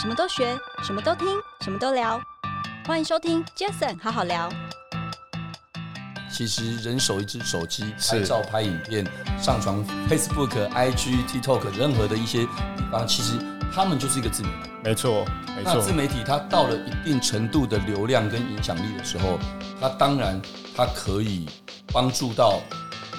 什么都学，什么都听，什么都聊。欢迎收听 Jason 好好聊。其实人手一只手机，是拍照、拍影片、上传 Facebook、IG、TikTok 任何的一些地方，其实他们就是一个自媒体。没错，没那错自，媒体它到了一定程度的流量跟影响力的时候，它当然它可以帮助到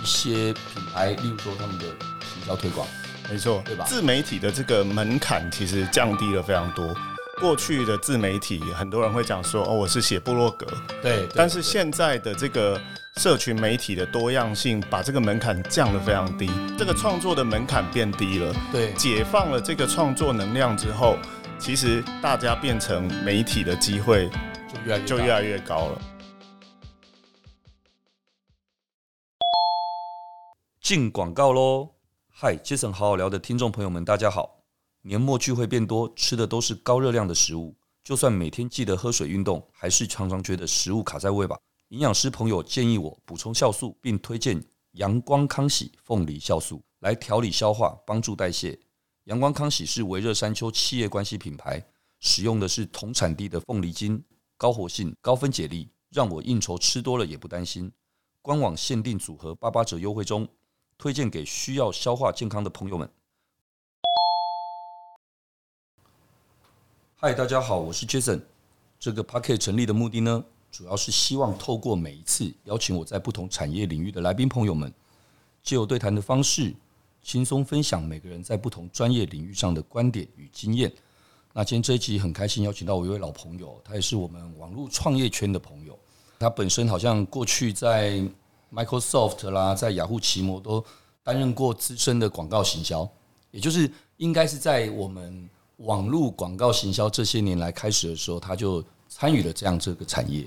一些品牌，例如说他们的行销推广。没错，对吧自媒体的这个门槛其实降低了非常多。过去的自媒体，很多人会讲说，哦，我是写部落格，对，对但是对现在的这个社群媒体的多样性，把这个门槛降得非常低，这个创作的门槛变低了，对解放了这个创作能量之后，其实大家变成媒体的机会就越来越就大越来越高了。进广告喽！嗨，杰森好好聊的听众朋友们，大家好。年末聚会变多，吃的都是高热量的食物，就算每天记得喝水运动，还是常常觉得食物卡在胃吧。营养师朋友建议我补充酵素，并推荐阳光康喜凤梨酵素来调理消化，帮助代谢。阳光康喜是维热山丘企业关系品牌，使用的是同产地的凤梨精，高活性、高分解力，让我应酬吃多了也不担心。官网限定组合八八折优惠中，推荐给需要消化健康的朋友们。嗨，大家好，我是 Jason。这个 Pocket 成立的目的呢，主要是希望透过每一次邀请我在不同产业领域的来宾朋友们，借由对谈的方式，轻松分享每个人在不同专业领域上的观点与经验。那今天这一集很开心邀请到我一位老朋友，他也是我们网络创业圈的朋友。他本身好像过去在 Microsoft 啦，在雅虎奇摩都担任过资深的广告行销，也就是应该是在我们网络广告行销这些年来开始的时候，他就参与了这样这个产业。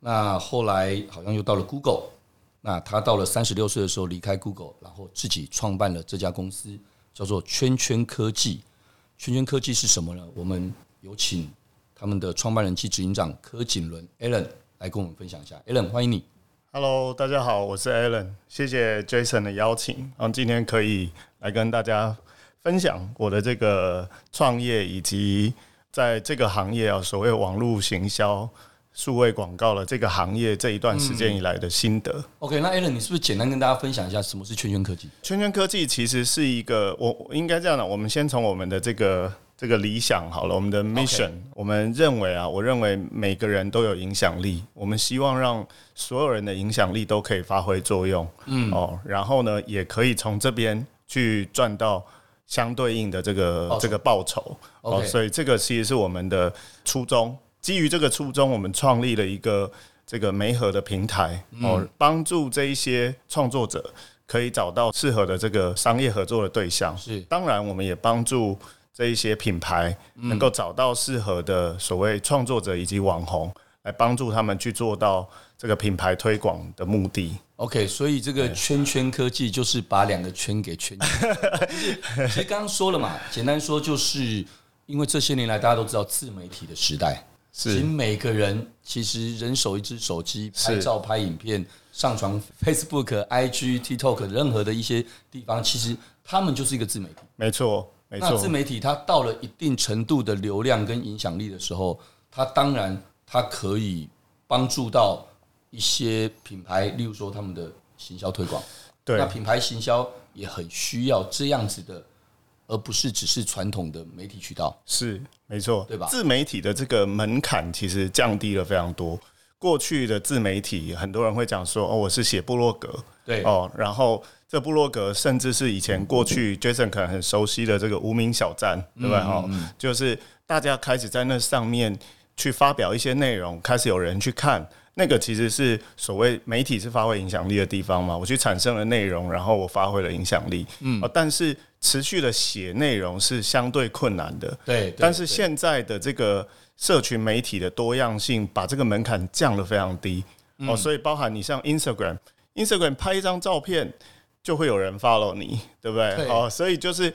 那后来好像又到了 Google，那他到了三十六岁的时候离开 Google，然后自己创办了这家公司，叫做圈圈科技。圈圈科技是什么呢？我们有请他们的创办人暨执行长柯景伦 Alan 来跟我们分享一下。Alan，欢迎你。 Hello，大家好，我是 Alan，谢谢 Jason 的邀请，然后今天可以来跟大家分享我的这个创业以及在这个行业啊，所谓网络行销、数位广告的这个行业这一段时间以来的心得。 OK，那 Alan，你是不是简单跟大家分享一下什么是圈圈科技？圈圈科技其实是一个，我我应该这样讲，我们先从我们的这个这个理想好了，我们的 mission，我们认为啊，我认为每个人都有影响力，我们希望让所有人的影响力都可以发挥作用，嗯哦，然后呢，也可以从这边去赚到相对应的这个报酬这个报酬，哦， OK 所以这个其实是我们的初衷。基于这个初衷，我们创立了一个这个媒合的平台，嗯哦，帮助这一些创作者可以找到适合的这个商业合作的对象。是当然我们也帮助这一些品牌嗯能够找到适合的所谓创作者以及网红，来帮助他们去做到这个品牌推广的目的。 OK，所以这个圈圈科技就是把两个圈给圈起来。就是其实刚刚说了嘛，简单说就是因为这些年来大家都知道自媒体的时代，其实每个人其实人手一只手机，拍照、拍影片、上传 Facebook、IG、TikTok 任何的一些地方，其实他们就是一个自媒体。没错，没那自错，媒体它到了一定程度的流量跟影响力的时候，它当然它可以帮助到一些品牌，例如说他们的行销推广。对那，品牌行销也很需要这样子的，而不是只是传统的媒体渠道。是没错，对吧自媒体的这个门槛其实降低了非常多。过去的自媒体，很多人会讲说：“哦，我是写部落格，对，哦，然后这部落格甚至是以前过去 Jason 可能很熟悉的这个无名小站，对嗯吧？哦，就是大家开始在那上面去发表一些内容，开始有人去看。那个其实是所谓媒体是发挥影响力的地方嘛，我去产生了内容，然后我发挥了影响力，嗯、但是持续的写内容是相对困难的，对对但是现在的这个社群媒体的多样性，把这个门槛降得非常低、嗯哦，所以包含你像 Instagram。Instagram 拍一张照片就会有人 follow 你，对不对？对哦，所以就是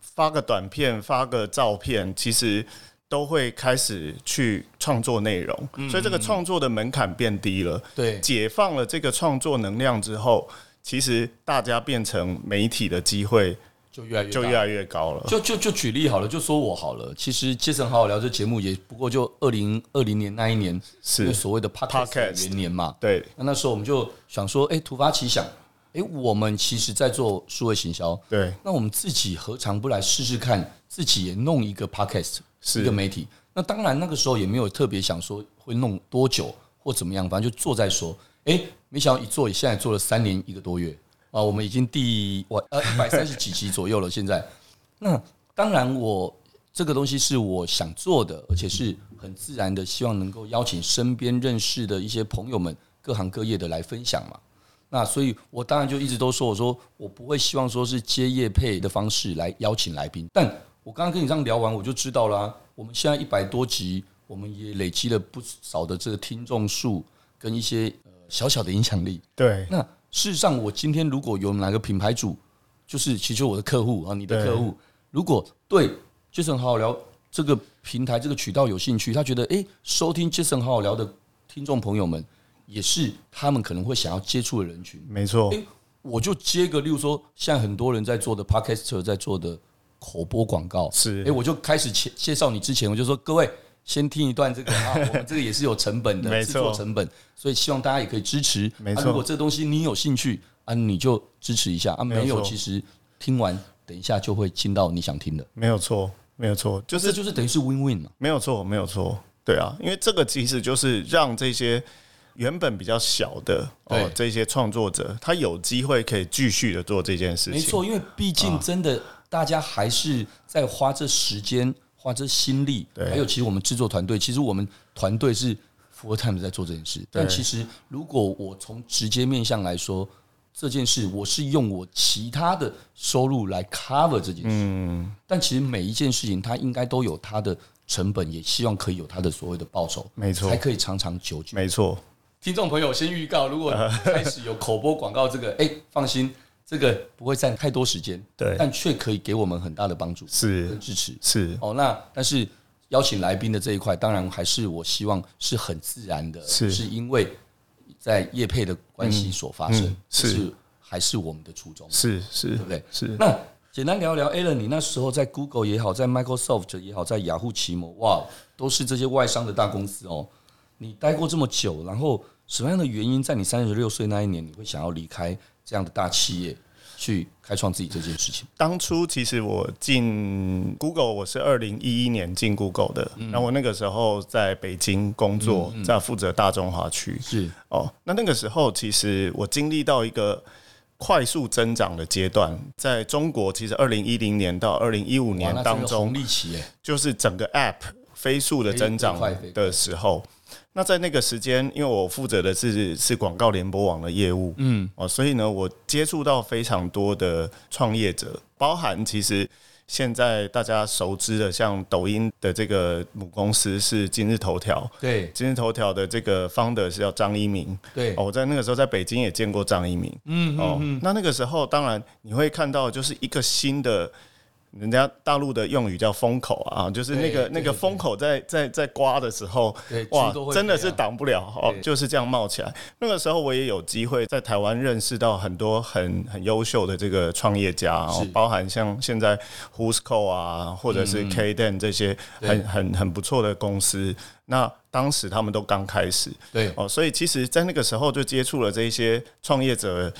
发个短片、发个照片，其实都会开始去创作内容，所以这个创作的门槛变低了，对解放了这个创作能量之后，其实大家变成媒体的机会就越来越就大越来越高了。就就就举例好了，就说我好了。其实杰森好好聊这节目也不过就二零二零年那一年是因为所谓的 podcast 的 Podcast 元年嘛。对，那那时候我们就想说，哎、突发奇想，哎、我们其实在做数位行销，对，那我们自己何尝不来试试看，自己也弄一个 podcast，是一个媒体。那当然那个时候也没有特别想说会弄多久或怎么样，反正就做再说。哎、没想到一做，现在做了三年一个多月啊，我们已经第我呃一百三十几集左右了。现在， 那当然我这个东西是我想做的，而且是很自然的，希望能够邀请身边认识的一些朋友们，各行各业的来分享嘛。那所以，我当然就一直都说，我说我不会希望说是接业配的方式来邀请来宾，但我刚刚跟你这样聊完，我就知道啦、我们现在一百多集，我们也累积了不少的这个听众数跟一些呃小小的影响力。对，那事实上，我今天如果有哪个品牌主，就是其实我的客户啊，你的对客户，如果对 Jason 好好聊这个平台这个渠道有兴趣，他觉得诶，收听 Jason 好好聊的听众朋友们，也是他们可能会想要接触的人群。没错，诶我就接个，例如说，现在很多人在做的 podcaster 在做的口播广告，是诶，我就开始介介绍你之前，我就说各位先听一段 这个啊，我们这个也是有成本的，没制错作成本，所以希望大家也可以支持。没啊错如果这东西你有兴趣啊，你就支持一下啊，没没有有错其实听完等一下就会进到你想听的，没有错，没有错，就这是就是等于是 win win 嘛。没有错，没有错，对啊，因为这个其实就是让这些原本比较小的对哦，这些创作者他有机会可以继续的做这件事情，啊没错，因为毕竟真的大家还是在花这时间、花这心力，对还有其实我们制作团队，其实我们团队是 full time 在做这件事。但其实如果我从直接面向来说，这件事我是用我其他的收入来 cover 这件事，嗯但其实每一件事情它应该都有它的成本，也希望可以有它的所谓的报酬，没错才可以长长久久。没错，听众朋友先预告， 如果开始有口播广告，这个哎、放心，这个不会占太多时间，对但却可以给我们很大的帮助是跟支持。是哦，那但是邀请来宾的这一块，当然还是我希望是很自然的，是因为在业配的关系所发生，嗯嗯这是还是我们的初衷，是是对不对？是，那简单聊聊 a l a n 你那时候在 Google 也好，在 Microsoft 也好，在雅虎、奇摩，哇，都是这些外商的大公司哦。你待过这么久，然后什么样的原因，在你三十六岁那一年，你会想要离开这样的大企业，去开创自己这件事情？当初其实我进 Google，我是二零一一年进 Google 的，嗯然后我那个时候在北京工作，在负责大中华区，是哦，那那个时候其实我经历到一个快速增长的阶段，在中国其实二零一零年到二零一五年当中红，利期耶，就是整个 App 飞速的增长飞飞快飞快的时候。那在那个时间，因为我负责的是是广告联播网的业务，嗯，哦，所以呢，我接触到非常多的创业者，包含其实现在大家熟知的，像抖音的这个母公司是今日头条，对今日头条的这个 founder 是叫张一鸣，对哦，我在那个时候在北京也见过张一鸣，嗯，哦，那那个时候当然你会看到就是一个新的，人家大陆的用语叫风口啊，就是那对个对那个风口在在在刮的时候对，哇猪都会，哦真的飞啊是挡不了哦对，就是这样冒起来。那个时候我也有机会在台湾认识到很多很很优秀的这个创业家，哦是，包含像现在 Who'sco 啊，或者嗯是 K Den 这些很很很不错的公司。那当时他们都刚开始，对哦，所以其实，在那个时候就接触了这一些创业者，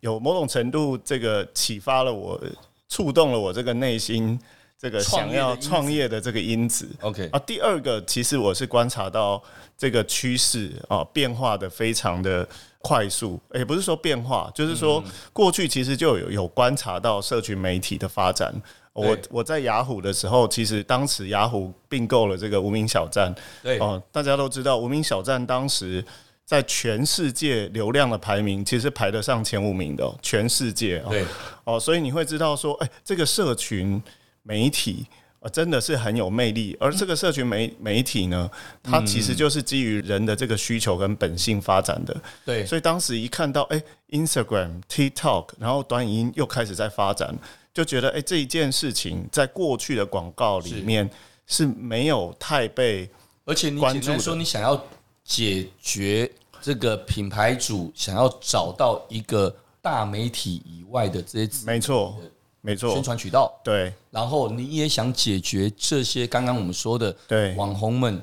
有某种程度这个启发了我，触动了我这个内心这个创业想的要因子创业的这个因子。 ，OK，啊，第二个其实我是观察到这个趋势啊变化的非常的快速，也、不是说变化，就是说过去其实就有有观察到社群媒体的发展。我对我在雅虎的时候，其实当时雅虎并购了这个无名小站，对哦，大家都知道无名小站当时。在全世界流量的排名，其实排得上前五名的、哦，全世界哦。对，哦，所以你会知道说，哎、这个社群媒体呃真的是很有魅力，而这个社群媒媒体呢，它其嗯实就是基于人的这个需求跟本性发展的。对，所以当时一看到，哎、i n s t a g r a m TikTok，然后短影音又开始在发展，就觉得，哎、这一件事情在过去的广告里面是没有太被而且你关简注单的说，你想要解决这个品牌主想要找到一个大媒体以外的这些资没错，嗯没宣错，传渠道，对然后你也想解决这些刚刚我们说的对网红们、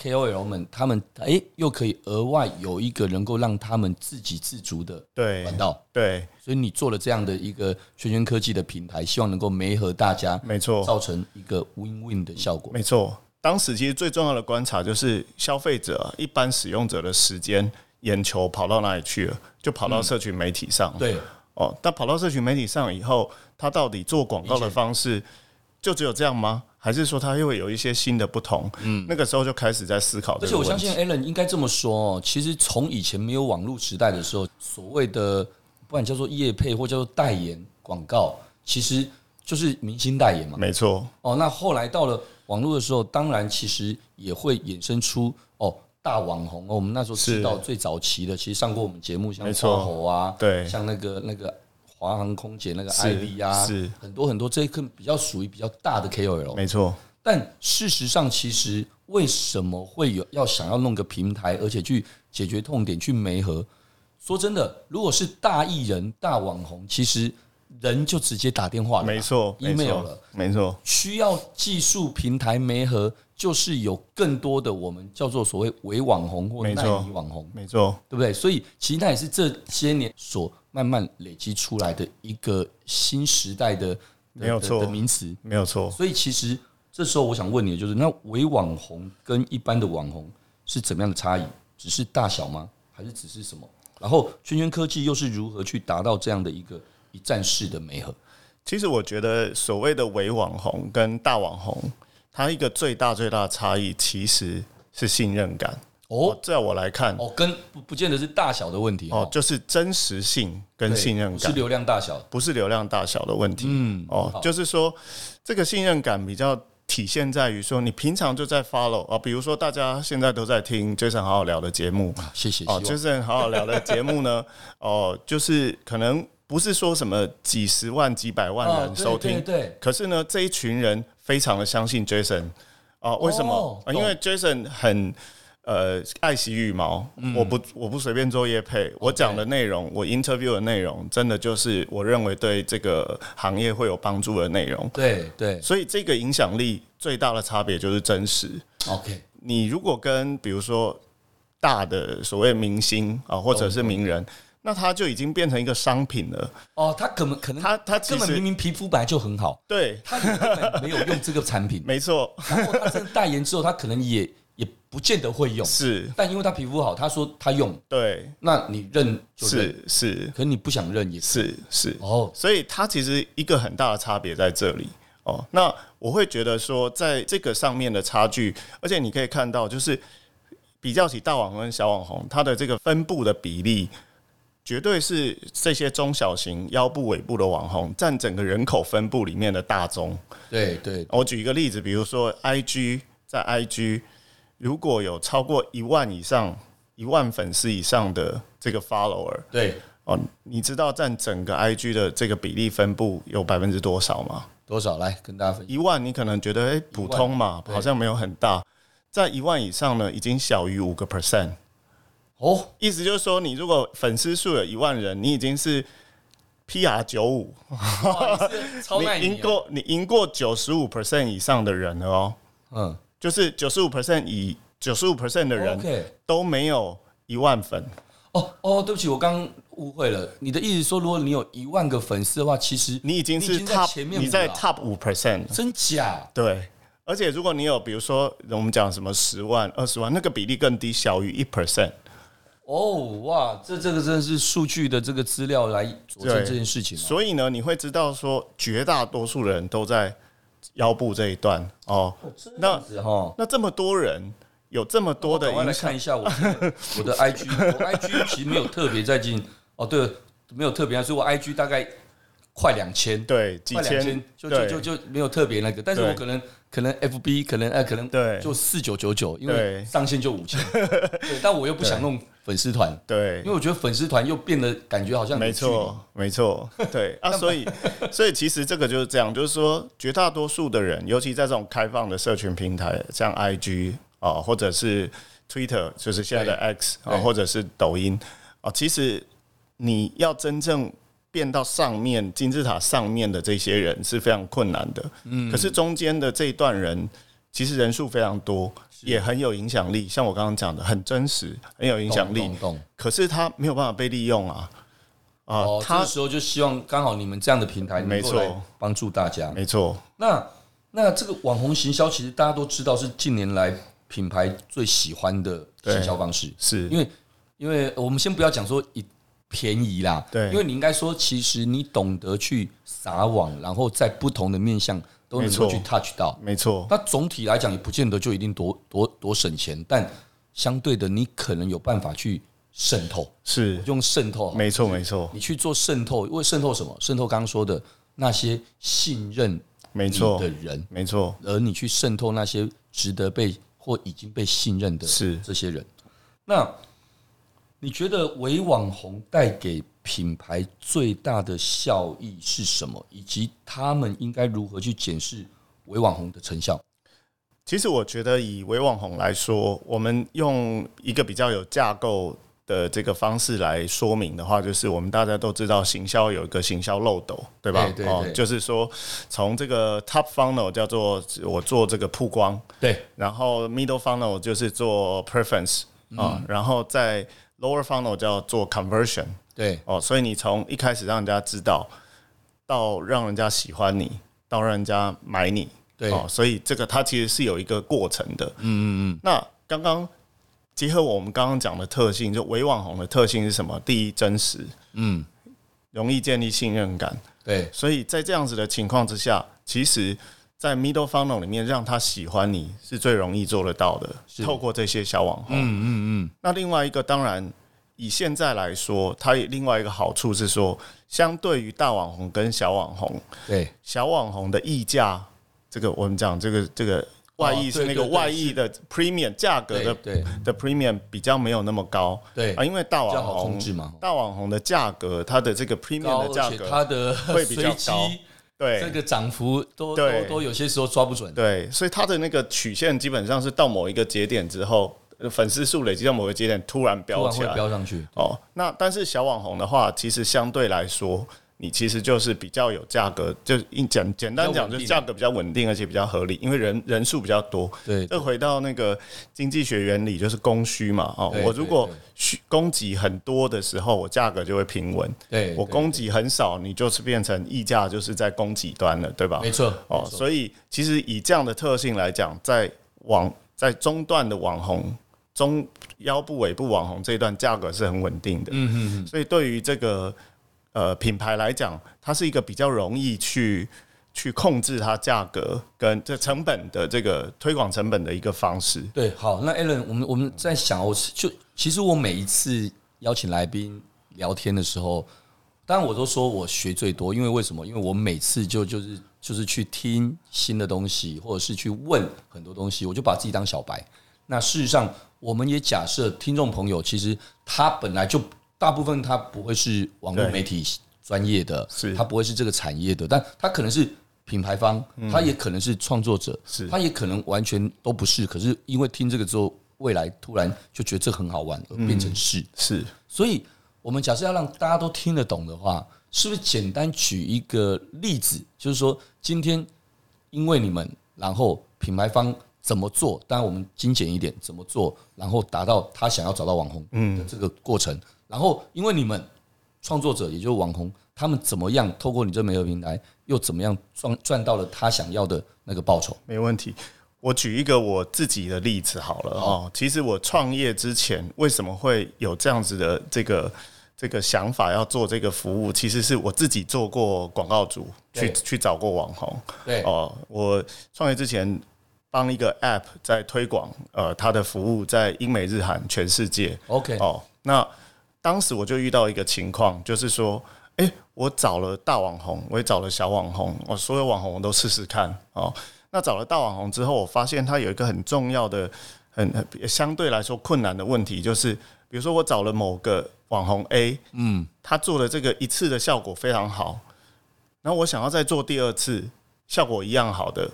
KOL 们，他们诶又可以额外有一个能够让他们自给自足的对管道，对，所以你做了这样的一个圈圈科技的平台，希望能够媒合大家，没错，造成一个 win-win 的效果。没错，当时其实最重要的观察就是消费者啊、一般使用者的时间眼球跑到哪里去了，就跑到社群媒体上。嗯对，哦，但跑到社群媒体上以后，他到底做广嗯告的方式就只有这样吗？还是说他又会有一些新的不同？嗯，那个时候就开始在思考而这且个我问题。相信 Alan 应该这么说哦，其实从以前没有网络时代的时候，所谓的不管叫做业配或叫做代言广告，其实就是明星代言嘛。没错，哦，那后来到了网络的时候，当然其实也会衍生出哦大网红哦。我们那时候知是道最早期的，其实上过我们节目，像没错花猴啊，对像那个那个华航空姐那个是艾丽啊，是很多很多这一个比较属于比较大的 KOL。没错，但事实上，其实为什么会有要想要弄个平台，而且去解决痛点，去媒合？说真的，如果是大艺人、大网红，其实人就直接打电话了啦，没错，没 email 错了。，没错，需要技术平台媒合，就是有更多的我们叫做所谓伪网红或没耐错力网红，没错，对不对？所以其实那也是这些年所慢慢累积出来的一个新时代的的没有的错的名词。没有错。所以其实这时候我想问你的就是，那伪网红跟一般的网红是怎么样的差异？只是大小吗？还是只是什么？然后圈圈科技又是如何去达到这样的一个一站式的媒合？其实我觉得所谓的伪网红跟大网红，它一个最大最大的差异其实是信任感。哦哦，在我来看，哦，跟不不见得是大小的问题哦，就是真实性跟对信任不感是。流量大小。不是流量大小的问题，嗯哦好，就是说这个信任感比较体现在于说，你平常就在 follow 啊，比如说大家现在都在听 Jason 好好聊的节目，谢谢。哦啊希望，Jason 好好聊的节目呢， 哦，就是可能不是说什么几十万、几百万哦人收对听，对对可是呢，这一群人非常的相信 Jason 啊，为什么？哦啊因为 Jason 很呃爱惜羽毛，我不我不随便做业配，我讲的内容，我 interview 的内容，真的就是我认为对这个行业会有帮助的内容，对对所以这个影响力最大的差别就是真实。 ，OK，你如果跟比如说大的所谓明星啊，或者是名人，那他就已经变成一个商品了。哦，他可能可能他他其根本明实明皮肤本来就很好，对，他也根本没有用这个产品，没错，然后他真的代言之后，他可能也也不见得会用，是，但因为他皮肤好，他说他用，对，那你认就认，是是可你不想认也是是是，哦，所以它其实一个很大的差别在这里哦。那我会觉得说，在这个上面的差距，而且你可以看到，就是比较起大网红跟小网红，它的这个分布的比例。绝对是这些中小型腰部、尾部的网红占整个人口分布里面的大宗。哦对对我举一个例子，比如说 IG，在 IG 如果有超过一万以上、一万粉丝以上的这个 follower，对，哦，你知道占整个 IG 的这个比例分布有百分之多少吗？多少来跟大家分享？一万，你可能觉得哎、诶普通嘛，对好像没有很大。在一万以上呢，已经小于五个 percent。哦，意思就是说，你如果粉丝数有一万人，你已经是 PR 九五，哇你是超耐你啊你赢耶，过你赢过九十五 percent 以上的人了哦。嗯就是九十五 percent 以九十五 percent 的人哦，OK，都没有一万粉。哦哦，对不起，我刚刚误会了，你的意思说，如果你有一万个粉丝的话，其实你已经你已是经在 top，前面你在五了 top 五 percent，真假？对，而且如果你有，比如说我们讲什么十万、二十万，那个比例更低，小于一 percent。哦，哇，这这个真的是数据的这个资料来佐证对这件事情、哦。所以呢，你会知道说，绝大多数人都在腰部这一段哦。那哈，那这么多人，有这么多的哦我赶快来影看一响，下我 的我的 IG，我 IG 其实没有特别在进哦，对，没有特别，所以我 IG 大概快两千，对，几快两千，就就对就就没有特别那个，但是对我可能可能 FB 可能哎、可能对就四九九九，因为对上限就五 千，对，但我又不想弄粉丝团，对因为，我觉得粉丝团又变得感觉好像有没距离错，没错，对 啊，所以所以其实这个就是这样，就是说绝大多数的人，尤其在这种开放的社群平台，像 IG 啊、或者是 Twitter，就是现在的 X 啊、对或者是抖音啊、其实你要真正变到上面金字塔上面的这些人是非常困难的。嗯，可是中间的这一段人，其实人数非常多，也很有影响力。像我刚刚讲的，很真实，很有影响力懂。懂。可是他没有办法被利用啊！啊、哦，这他个时候就希望刚好你们这样的平台能没够错来帮助大家。没错，那那这个网红行销，其实大家都知道是近年来品牌最喜欢的行销方式，是因为因为我们先不要讲说一便宜啦，对因为你应该说，其实你懂得去撒网，然后在不同的面向都能够没错去 touch 到。没错，那总体来讲，也不见得就一定多多多省钱，但相对的，你可能有办法去渗透，是用渗透好了没错，没错，你去做渗透，为渗透什么？渗透刚刚说的那些信任没你错的，人，没错，而你去渗透那些值得被或已经被信任的是这些人。那你觉得伪网红带给品牌最大的效益是什么？以及他们应该如何去检视伪网红的成效？其实我觉得以微网红来说，我们用一个比较有架构的这个方式来说明的话，就是我们大家都知道行销有一个行销漏斗，对吧？哦对对对就是说从这个 top funnel 叫做我做这个曝光，对，然后 middle funnel 就是做 preference 啊、嗯然后在 lower funnel 叫做 conversion 对，哦，所以你从一开始让人家知道，到让人家喜欢你，到让人家买你，对哦，所以这个它其实是有一个过程的。嗯嗯嗯。那刚刚结合我们刚刚讲的特性，就伪网红的特性是什么？第一，真实，嗯，容易建立信任感。对，所以在这样子的情况之下，其实，在 middle funnel 里面让他喜欢你是最容易做得到的，透过这些小网红。嗯嗯嗯，那另外一个当然，以现在来说，它也另外一个好处是说，相对于大网红跟小网红，对，小网红的溢价，这个我们讲这个这个外溢是哦对那个对对外溢的 premium 价格对的对的 premium 比较没有那么高对啊，，因为大比较网好控红制嘛大网红的价格，它的这个高 premium 的价而且格，它的会比较随机高对这个涨幅都对都都有些时候抓不准。对，所以它的那个曲线基本上是到某一个节点之后，呃粉丝数累积到某个节点突然突飙然起会来。飙上去，哦，那但是小网红的话，其实相对来说，你其实就是比较有价格，就一简简单讲，比较稳定就是价格比较稳定，而且比较合理，因为人人数比较多。对这回到那个经济学原理，就是供需嘛。哦对，我如果对对需供给很多的时候，我价格就会平稳。对，我对供给很少，你就是变成溢价，就是在供给端了，对吧？没错哦，所以其实以这样的特性来讲，在网在中段的网红中腰部尾部网红这一段价格是很稳定的，嗯嗯，所以对于这个呃品牌来讲，它是一个比较容易去去控制它价格跟这成本的这个推广成本的一个方式，对。好，那 Alan，我们我们在想，我就其实我每一次邀请来宾聊天的时候，当然我都说我学最多，因为为什么？因为我每次就就是就是去听新的东西，或者是去问很多东西，我就把自己当小白。那事实上，我们也假设听众朋友其实他本来就大部分他不会是网络对媒体专业的，是他不会是这个产业的，但他可能是品牌方，他也可能是创作者，嗯是他也可能完全都不是。可是因为听这个之后，未来突然就觉得这很好玩，而变成是。嗯是所以，我们假设要让大家都听得懂的话，是不是简单举一个例子，就是说今天因为你们，然后品牌方怎么做？当然我们精简一点，怎么做，然后达到他想要找到网红嗯的这个过程。然后因为你们创作者，也就是网红，他们怎么样透过你这媒合平台，又怎么样赚赚到了他想要的那个报酬？没问题。我举一个我自己的例子好了哦。其实我创业之前为什么会有这样子的这个这个想法要做这个服务，其实是我自己做过广告主，去对去找过网红对，哦。我创业之前帮一个 App 在推广，呃，它的服务在英美日韩全世界 OK，哦。那当时我就遇到一个情况，就是说，诶，我找了大网红，我也找了小网红，我所有网红我都试试看哦。那找了大网红之后，我发现他有一个很重要的、很很相对来说困难的问题，就是比如说我找了某个网红 A，嗯，他做的这个一次的效果非常好，然后我想要再做第二次，效果一样好的，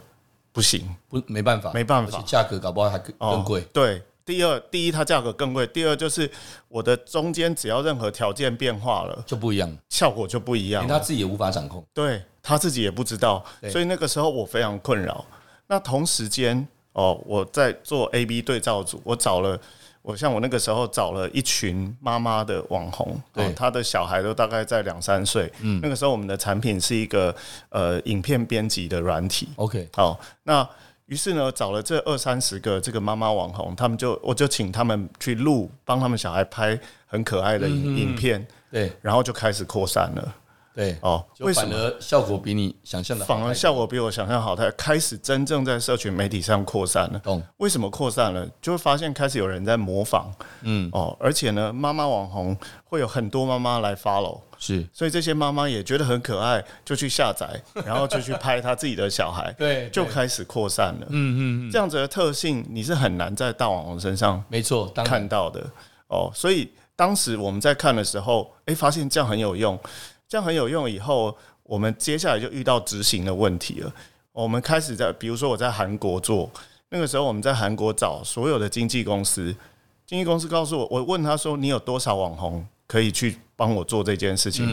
不行。不没办法，没办法而且价格搞不好还更更贵。哦对，第二，第一它价格更贵；第二就是我的中间只要任何条件变化了，就不一样了，效果就不一样连了。他自己也无法掌控。对他自己也不知道，对所以那个时候我非常困扰。那同时间哦，我在做 A B 对照组，我找了我像我那个时候找了一群妈妈的网红，对哦，她的小孩都大概在两三岁。嗯，那个时候我们的产品是一个呃影片编辑的软体。 OK，好，那于是呢，找了这二三十个这个妈妈网红，他们就我就请他们去录，帮他们小孩拍很可爱的影影片，对然后就开始扩散了。对，哦，就为什反么？而效果比你想象的好反而效果比我想象好，它开始真正在社群媒体上扩散了。懂为什么扩散了？就会发现开始有人在模仿，嗯哦，而且呢，妈妈网红会有很多妈妈来 follow，是所以这些妈妈也觉得很可爱，就去下载，然后就去拍她自己的小孩，对就对开始扩散了。嗯嗯嗯，这样子的特性你是很难在大网红身上没错，当看然到的哦。所以当时我们在看的时候，诶，发现这样很有用，这样很有用。以后我们接下来就遇到执行的问题了。我们开始在，比如说我在韩国做，那个时候我们在韩国找所有的经纪公司，经纪公司告诉我，我问他说你有多少网红可以去帮我做这件事情？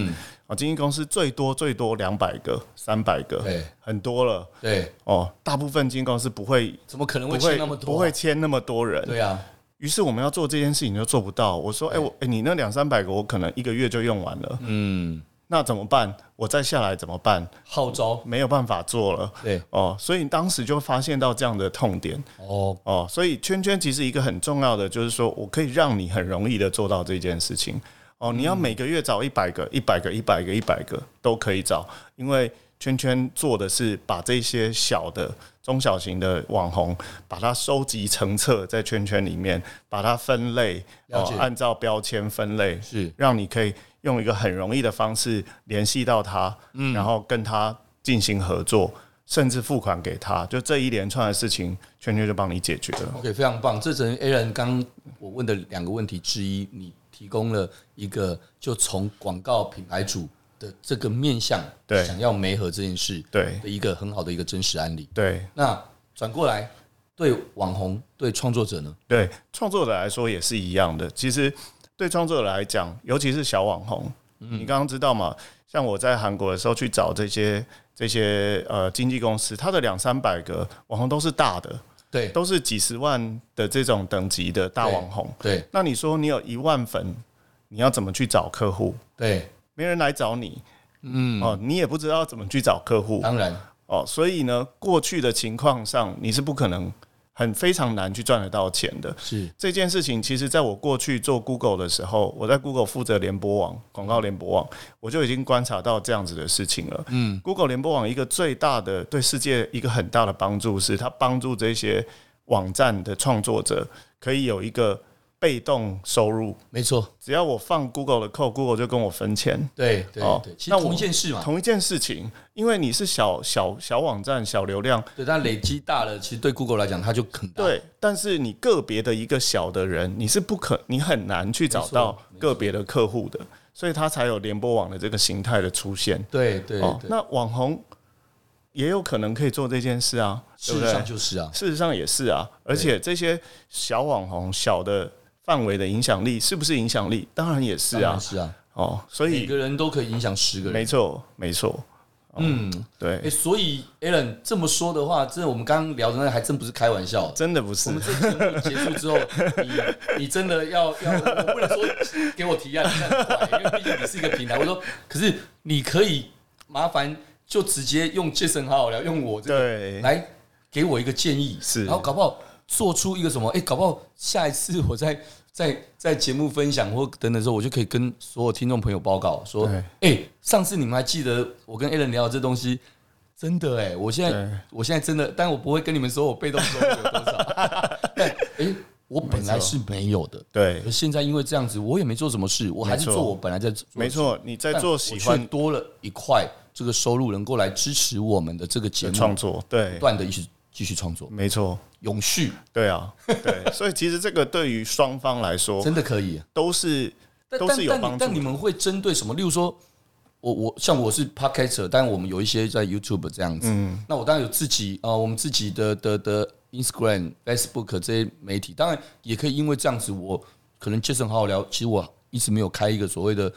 啊、经纪公司最多最多两百个、三百个对，很多了对，哦。大部分经纪公司不会怎么可能不会欠会那么多啊？不会签那么多人，对啊，于是我们要做这件事情就做不到。我说，哎、我哎、你那两三百个，我可能一个月就用完了，嗯，那怎么办？我再下来怎么办？号召没有办法做了。对哦，所以当时就发现到这样的痛点哦，哦，所以圈圈其实一个很重要的就是说我可以让你很容易的做到这件事情哦，嗯你要每个月找一百个、一百个、一百个、一百个都可以找，因为圈圈做的是把这些小的中小型的网红把它收集成册在圈圈里面，把它分类了哦解，按照标签分类，是让你可以用一个很容易的方式联系到他，嗯然后跟他进行合作，甚至付款给他，就这一连串的事情，圈圈就帮你解决了。 OK，非常棒。这等于 Aaron 刚我问的两个问题之一，你提供了一个就从广告品牌主的这个面向，对想要媒合这件事对的一个很好的一个真实案例。对那转过来，对网红、对创作者呢？对，创作者来说也是一样的。其实对创作者来讲，尤其是小网红，嗯你刚刚知道嘛？像我在韩国的时候去找这些这些呃经纪公司，它的两三百个网红都是大的，对都是几十万的这种等级的大网红。对那你说你有一万粉，你要怎么去找客户？对，没人来找你，嗯，哦，你也不知道怎么去找客户，当然哦，所以呢，过去的情况上，你是不可能很非常难去赚得到钱的。是这件事情，其实在我过去做 Google 的时候，我在 Google 负责联播网广告联播网，我就已经观察到这样子的事情了。嗯，Google 联播网一个最大的对世界一个很大的帮助是，它帮助这些网站的创作者可以有一个被动收入。没错，只要我放 Google 的扣，Google 就跟我分钱。对对哦对，其实那我同一件事嘛，同一件事情，因为你是小小小网站、小流量，对，但累积大了，其实对 Google 来讲，它就很大。对，但是你个别的一个小的人，你是不可，你很难去找到个别的客户的，所以他才有联播网的这个形态的出现。对对哦，对，那网红也有可能可以做这件事啊，事对不实上对？就是啊，事实上也是啊，而且这些小网红小的范围的影响力是不是影响力？当然也是当然啊，是啊，哦，所每以个人都可以影响十个人没。错，没错，哦嗯，对哎、，所以 Alan 这么说的话，这我们刚刚聊的那还真不是开玩 笑。真的不是我们这节目结束之后，你你真的要要，我不能说给我提案，这样很怪因为毕竟你是一个平台。我说，可是你可以麻烦就直接用 Jason 好好聊，用我这个对。来给我一个建议，是然后搞不好做出一个什么，哎、搞不好下一次我在 在在节目分享或等等的时候，我就可以跟所有听众朋友报告说，对哎、上次你们还记得我跟 a l a n 聊的这东西？真的哎、我现在对我现在真的，但我不会跟你们说我被动收入有多 少。但哎、我本来是没有的，对可，现在因为这样子，我也没做什么事，我还是没错做我本来在做。没，错，你在但做我喜却欢多了一块这个收入，能够来支持我们的这个节的目创作，对不，断的一直继续创作，没错，永续对啊， 对，所以其实这个对于双方来说真的可以。都是但都但是有但帮你助但你们会针对什么？例如说，我我像我是嗯 podcaster，但我们有一些在 YouTube 这样子。那我当然有自己呃，我们自己的的的 Instagram、Facebook 这些媒体，当然也可以因为这样子，我可能 Jason 好好聊，其实我一直没有开一个所谓的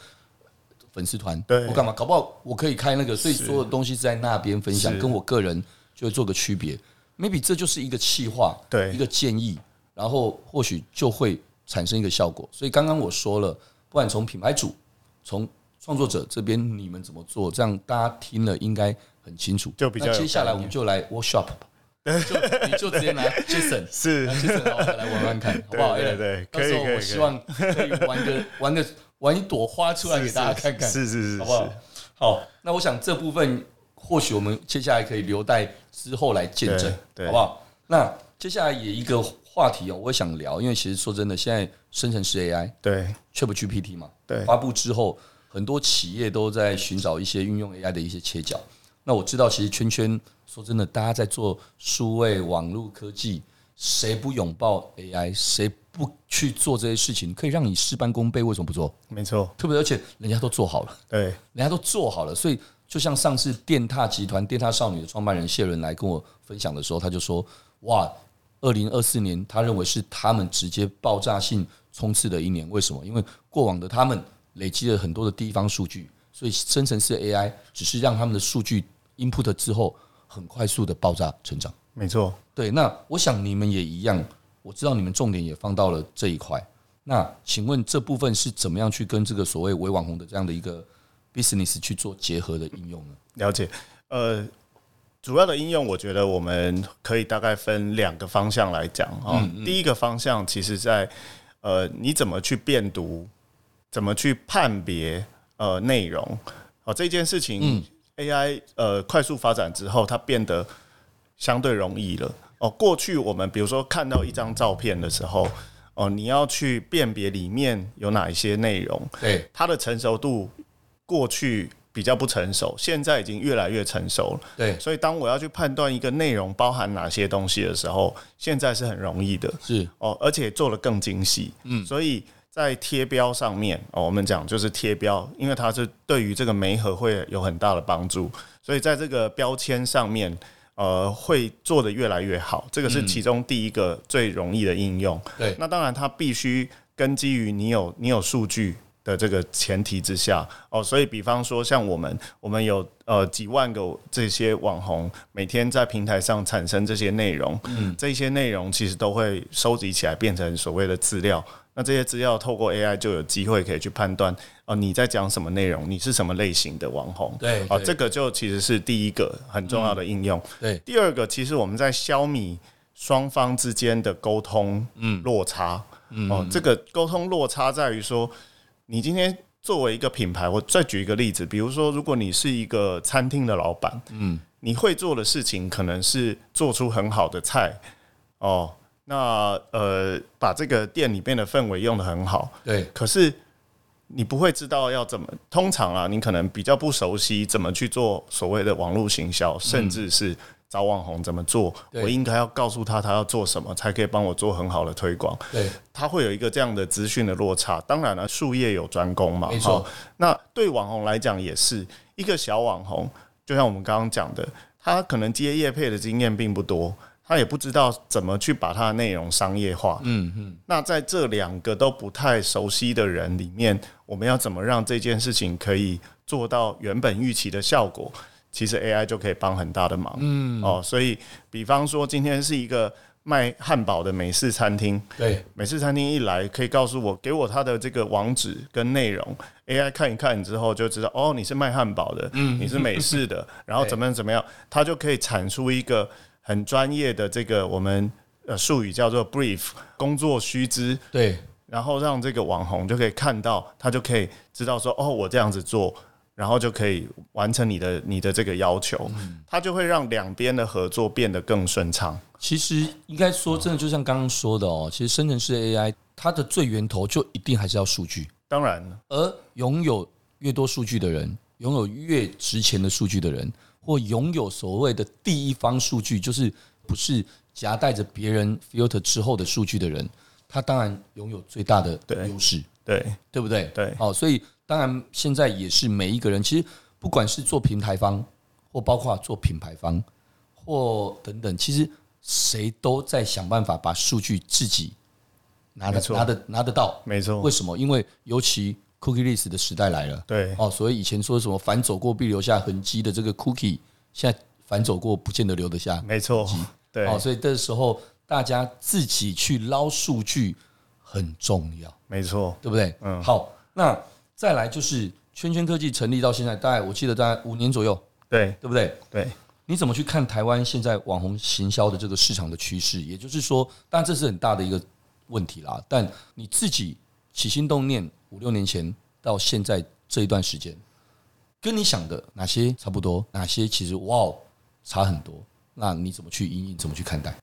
粉丝团，对我干嘛？搞不好我可以开那个，所以所有东西是在那边分享，是跟我个人就会做个区别。maybe 这就是一个气划，对一个建议，然后或许就会产生一个效果。所以刚刚我说了，不管从品牌主、从创作者这边，你们怎么做，这样大家听了应该很清楚。就比较有那接下来概念我们就来 workshop 吧，就你就直接拿 Jason。是那 Jason 让我们来玩玩 看，好不好？对对对 Alan？到时候可以可以我希望可以玩个玩个玩一朵花出来给大家看看，是是是，好不好？好，那我想这部分或许我们接下来可以留待之后来见证，对对好不好？那接下来也一个话题哦，我想聊，因为其实说真的，现在生成式 AI 对 ChatGPT 嘛，对发布之后，很多企业都在寻找一些运用 AI 的一些切角。那我知道，其实圈圈说真的，大家在做数位网络科技，谁不拥抱 AI，谁不去做这些事情，可以让你事半功倍，为什么不做？没错，特别而且人家都做好了。对人家都做好了，所以就像上次电踏集团电踏少女的创办人谢伦来跟我分享的时候，他就说：“哇，二零二四年他认为是他们直接爆炸性冲刺的一年，为什么？因为过往的他们累积了很多的地方数据，所以生成式 AI 只是让他们的数据 input 之后很快速的爆炸成长。”没错，对，那我想你们也一样，我知道你们重点也放到了这一块。那请问这部分是怎么样去跟这个所谓微网红的这样的一个 business 去做结合的应用呢？了解。呃，主要的应用，我觉得我们可以大概分两个方向来讲啊、哦第一个方向，其实在呃，你怎么去辨读，怎么去判别呃内容，哦，这件事情、AI 呃快速发展之后，它变得相对容易了。哦，过去我们比如说看到一张照片的时候，哦，你要去辨别里面有哪一些内容，对，它的成熟度过去比较不成熟，现在已经越来越成熟了。对，所以当我要去判断一个内容包含哪些东西的时候，现在是很容易的是，哦，而且做的更精细。嗯，所以在贴标上面哦，我们讲就是贴标，因为它是对于这个媒合会有很大的帮助，所以在这个标签上面。呃，会做的越来越好，这个是其中第一个最容易的应用。对，那当然，它必须根基于你有你有数据的这个前提之下哦。所以，比方说像我们，我们有呃几万个这些网红每天在平台上产生这些内容，嗯，这些内容其实都会收集起来变成所谓的资料。那这些资料透过 AI 就有机会可以去判断哦、你在讲什么内容，你是什么类型的网红，对对哦，嗯这个就其实是第一个很重要的应用。对，第二个，其实我们在消弭双方之间的沟通落差。哦，这个沟通落差在于说，你今天作为一个品牌，我再举一个例子，比如说，如果你是一个餐厅的老板，嗯，你会做的事情可能是做出很好的菜，哦，那呃，把这个店里面的氛围用的很好，对，可是你不会知道要怎么。通常啊，你可能比较不熟悉怎么去做所谓的网络行销，甚至是找网红怎么做。对我应该要告诉他他要做什么，才可以帮我做很好的推广。对，他会有一个这样的资讯的落差。当然了、啊术业有专攻嘛，没错哈那对网红来讲，也是一个小网红，就像我们刚刚讲的，他可能接业配的经验并不多，他也不知道怎么去把他的内容商业化。嗯嗯，那在这两个都不太熟悉的人里面，我们要怎么让这件事情可以做到原本预期的效果？其实 AI 就可以帮很大的忙。嗯，哦，所以比方说今天是一个卖汉堡的美式餐厅，对，美式餐厅一来可以告诉我，给我他的这个网址跟内容，AI 看一看之后就知道，哦，你是卖汉堡的，你是美式的，然后怎么样怎么样，它就可以产出一个很专业的这个我们呃术语叫做 brief 工作须知，对，然后让这个网红就可以看到，他就可以知道说，哦，我这样子做，然后就可以完成你的你的这个要求，它就会让两边的合作变得更顺畅。其实应该说，真的就像刚刚说的哦，其实生成式 AI 它的最源头就一定还是要数据，当然，而拥有越多数据的人，拥有越值钱的数据的人，或拥有所谓的第一方数据，就是不是夹带着别人 filter 之后的数据的人，他当然拥有最大的对优势，对对不对？对好，所以当然现在也是每一个人，其实不管是做平台方，或包括做品牌方，或等等，其实谁都在想办法把数据自己拿没得错拿得拿得到。没错为，什么？因为尤其 cookie list 的时代来了，对，哦，所以以前说什么反走过必留下痕迹的这个 cookie，现在反走过不见得留得下。没错，对，哦，所以这时候大家自己去捞数据很重要，没错，对不对？嗯好，那再来就是圈圈科技成立到现在，大概我记得大概五年左右，对对不对？对，你怎么去看台湾现在网红行销的这个市场的趋势？也就是说，当然这是很大的一个问题啦。但你自己起心动念，五六年前到现在这一段时间，跟你想的哪些差不多，哪些其实哇哦差很多？那你怎么去因应？怎么去看待？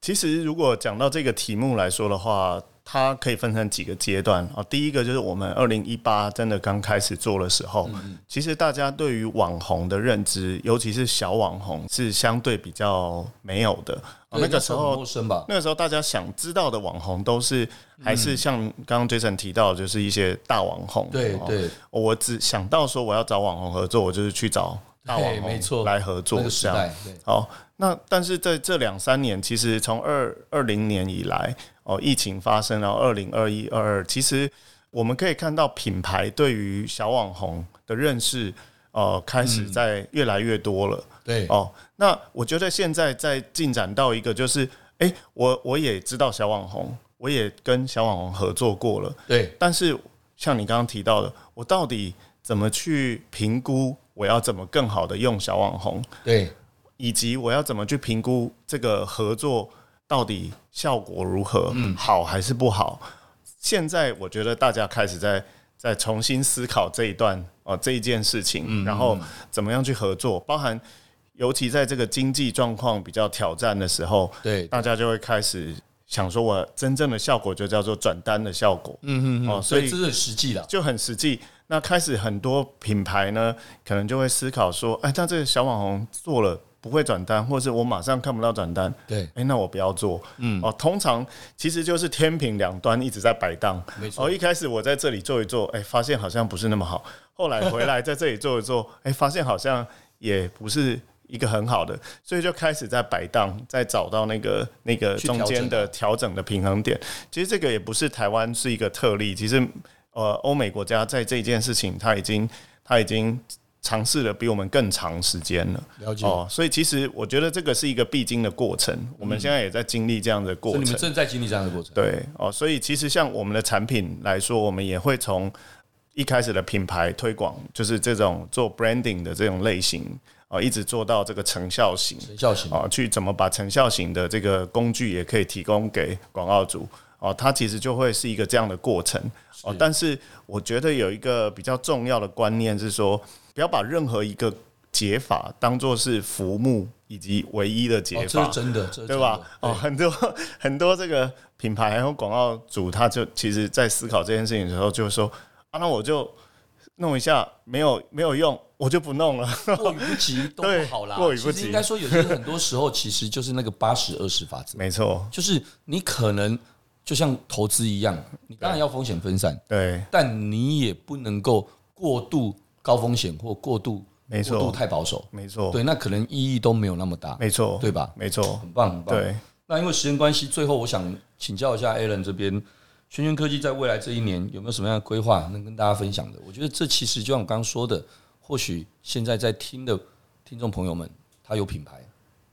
其实，如果讲到这个题目来说的话，它可以分成几个阶段啊。第一个就是我们二零一八真的刚开始做的时候，嗯其实大家对于网红的认知，尤其是小网红，是相对比较没有的。啊对那个时很候陌生吧？那个时候大家想知道的网红都是还是像刚刚 Jason 提到，就是一些大网红。对哦，对，我只想到说我要找网红合作，我就是去找大网对没错红来合作那个时这样。代，对哦，那但是在这两三年，其实从二二零年以来，哦，疫情发生，然后二零二一、二二，其实我们可以看到品牌对于小网红的认识，呃，开始在越来越多了。对哦，那我觉得现在在进展到一个就是，诶，我我也知道小网红，我也跟小网红合作过了，对但是像你刚刚提到的，我到底怎么去评估我要怎么更好的用小网红？对以及我要怎么去评估这个合作到底效果如何，好还是不好。现在我觉得大家开始在在重新思考这一段哦、这一件事情，然后怎么样去合作，包含尤其在这个经济状况比较挑战的时候，对，大家就会开始想说，我真正的效果就叫做转单的效果，嗯嗯哦，所以这是很实际了。就很实际。那开始很多品牌呢，可能就会思考说，哎，那这个小网红做了不会转单，或是我马上看不到转单，对，哎，那我不要做。嗯，哦，通常其实就是天平两端一直在摆荡。没错哦，一开始我在这里做一做，哎，发现好像不是那么好。后来回来在这里做一做，哎，发现好像也不是一个很好的，所以就开始在摆荡，再找到那个那个去中间调整的啊调整的平衡点。其实这个也不是台湾是一个特例，其实呃，欧美国家在这件事情，它已经它已经尝试了比我们更长时间了。了解。哦，所以其实我觉得这个是一个必经的过程，我们现在也在经历这样的所以过你们程。正在经历这样的过程。对哦，所以其实像我们的产品来说，我们也会从一开始的品牌推广，就是这种做 branding 的这种类型，哦，一直做到这个成效型，成效型哦，去怎么把成效型的这个工具也可以提供给广告主哦，它其实就会是一个这样的过程哦。但是我觉得有一个比较重要的观念是说，不要把任何一个解法当做是浮木以及唯一的哦解，这法，是真的，这是对真吧的？哦，对很多很多这个品牌还有广告主，他就其实在思考这件事情的时候，就会说啊，那我就弄一下，没有没有用，我就不弄了。 过于不及都不好啦。对过于不及其实应该说，有些很多时候其实就是那个八十二十法则，没错，就是你可能就像投资一样，你当然要风险分散，对，但你也不能够过度高风险或过度没错过度太保守。没错，对，那可能意义都没有那么大，没错，对吧？没错，很棒，很棒。对。那因为时间关系，最后我想请教一下 Alan 这边，圈圈科技在未来这一年有没有什么样的规划能跟大家分享的？我觉得这其实就像我刚刚说的，或许现在在听的听众朋友们，他有品牌，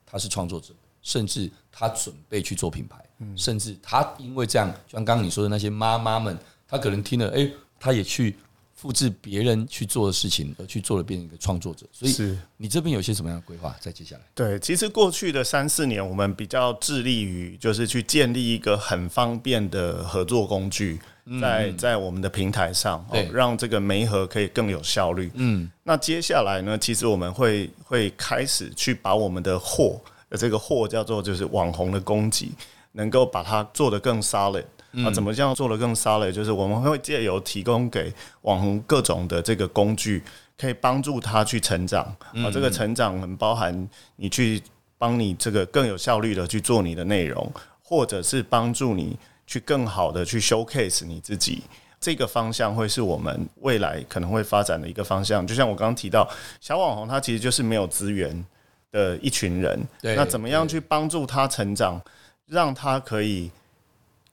他是创作者，甚至他准备去做品牌，甚至他因为这样，就像刚刚你说的那些妈妈们，她可能听了，诶，她也去复制别人去做的事情，而去做了变成一个创作者。所以是你这边有些什么样的规划？在接下来，对，其实过去的三四年，我们比较致力于就是去建立一个很方便的合作工具，在在我们的平台上，哦对、让这个媒合可以更有效率。嗯，那接下来呢，其实我们会会开始去把我们的货，呃这个货叫做就是网红的供给，能够把它做得更 solid。啊，怎么这样做得更 solid？就是我们会借由提供给网红各种的这个工具，可以帮助他去成长。啊，这个成长很包含你去帮你这个更有效率的去做你的内容，或者是帮助你去更好的去 showcase 你自己。这个方向会是我们未来可能会发展的一个方向。就像我刚刚提到，小网红他其实就是没有资源，的一群人。对那怎么样去帮助他成长，让他可以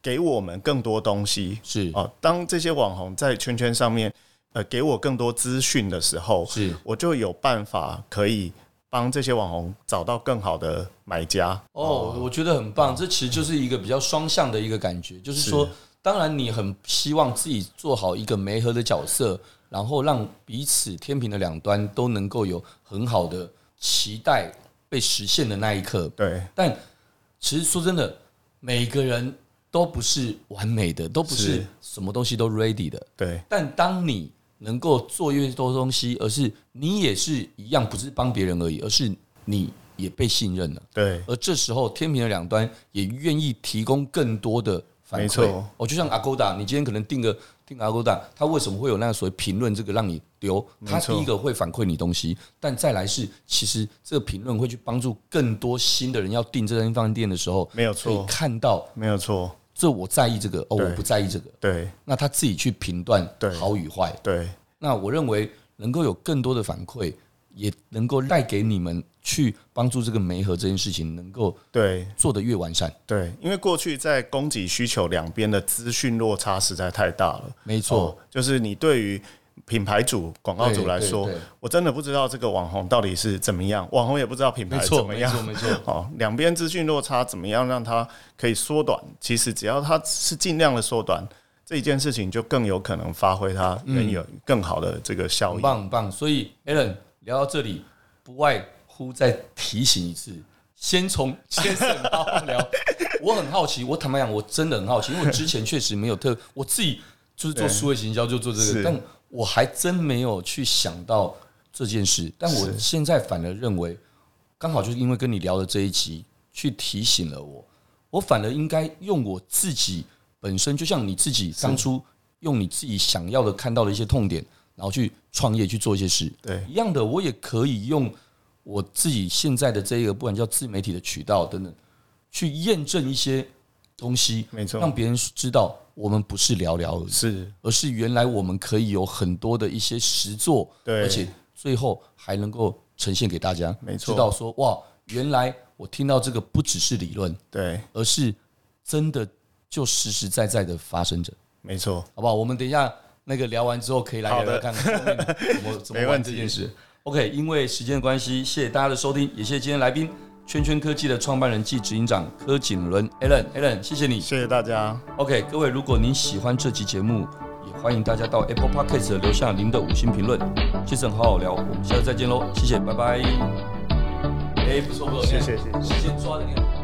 给我们更多东西？是哦，当这些网红在圈圈上面，呃，给我更多资讯的时候，是我就有办法可以帮这些网红找到更好的买家。哦，我觉得很棒，这其实就是一个比较双向的一个感觉，就是说，当然你很希望自己做好一个媒合的角色，然后让彼此天平的两端都能够有很好的期待被实现的那一刻。对，但其实说真的，每个人都不是完美的，都不是是什么东西都 ready 的。对，但当你能够做越多东西，而是你也是一样，不是帮别人而已，而是你也被信任了。对，而这时候，天平的两端也愿意提供更多的反馈没错。哦，就像 Agoda，你今天可能定个定 Agoda，它为什么会有那个所谓评论这个让你丢？它没错第一个会反馈你东西，但再来是，其实这个评论会去帮助更多新的人要订这间饭店的时候，没有可以错，看到没有错，这我在意这个，哦，对我不在意这个，对，那他自己去评断对好与坏。对，那我认为能够有更多的反馈，也能够带给你们去帮助这个媒合这件事情能够对，做得越完善。对，因为过去在供给需求两边的资讯落差实在太大了。没错哦，就是你对于品牌主、广告主来说对对对，我真的不知道这个网红到底是怎么样，网红也不知道品牌怎么样。没错。哦，两边资讯落差怎么样让它可以缩短？其实只要它是尽量的缩短，这一件事情就更有可能发挥它原有更好的这个效很益。棒很棒。所以 Alan 聊到这里，不外乎再提醒一次，先从 先生好好聊。我很好奇，我坦白讲，我真的很好奇，因为我之前确实没有特，我自己就是做数位行销就做这个，是但我还真没有去想到这件事。但我现在反而认为，刚好就是因为跟你聊的这一集，去提醒了我，我反而应该用我自己本身，就像你自己当初用你自己想要的、看到的一些痛点，然后去创业去做一些事。对一样的，我也可以用我自己现在的这个，不管叫自媒体的渠道等等，去验证一些东西，没错让别人知道我们不是聊聊而已，是，而是原来我们可以有很多的一些实作，对而且最后还能够呈现给大家，没错知道说哇，原来我听到这个不只是理论，对，而是真的就实实在在的发生着，没错。好不好？我们等一下那个聊完之后，可以来聊好聊的看看后面怎 么怎么没玩问这题件事。OK，因为时间的关系，谢谢大家的收听，也谢谢今天来宾圈圈科技的创办人暨执行长柯景伦 Alan，Alan，谢谢你。谢谢大家， OK，各位，如果您喜欢这期节目，也欢迎大家到 Apple Podcast 留下您的五星评论。谢谢，好好聊，我们下次再见喽，谢谢，拜拜。哎、不错不错，谢谢谢谢时间抓的你看。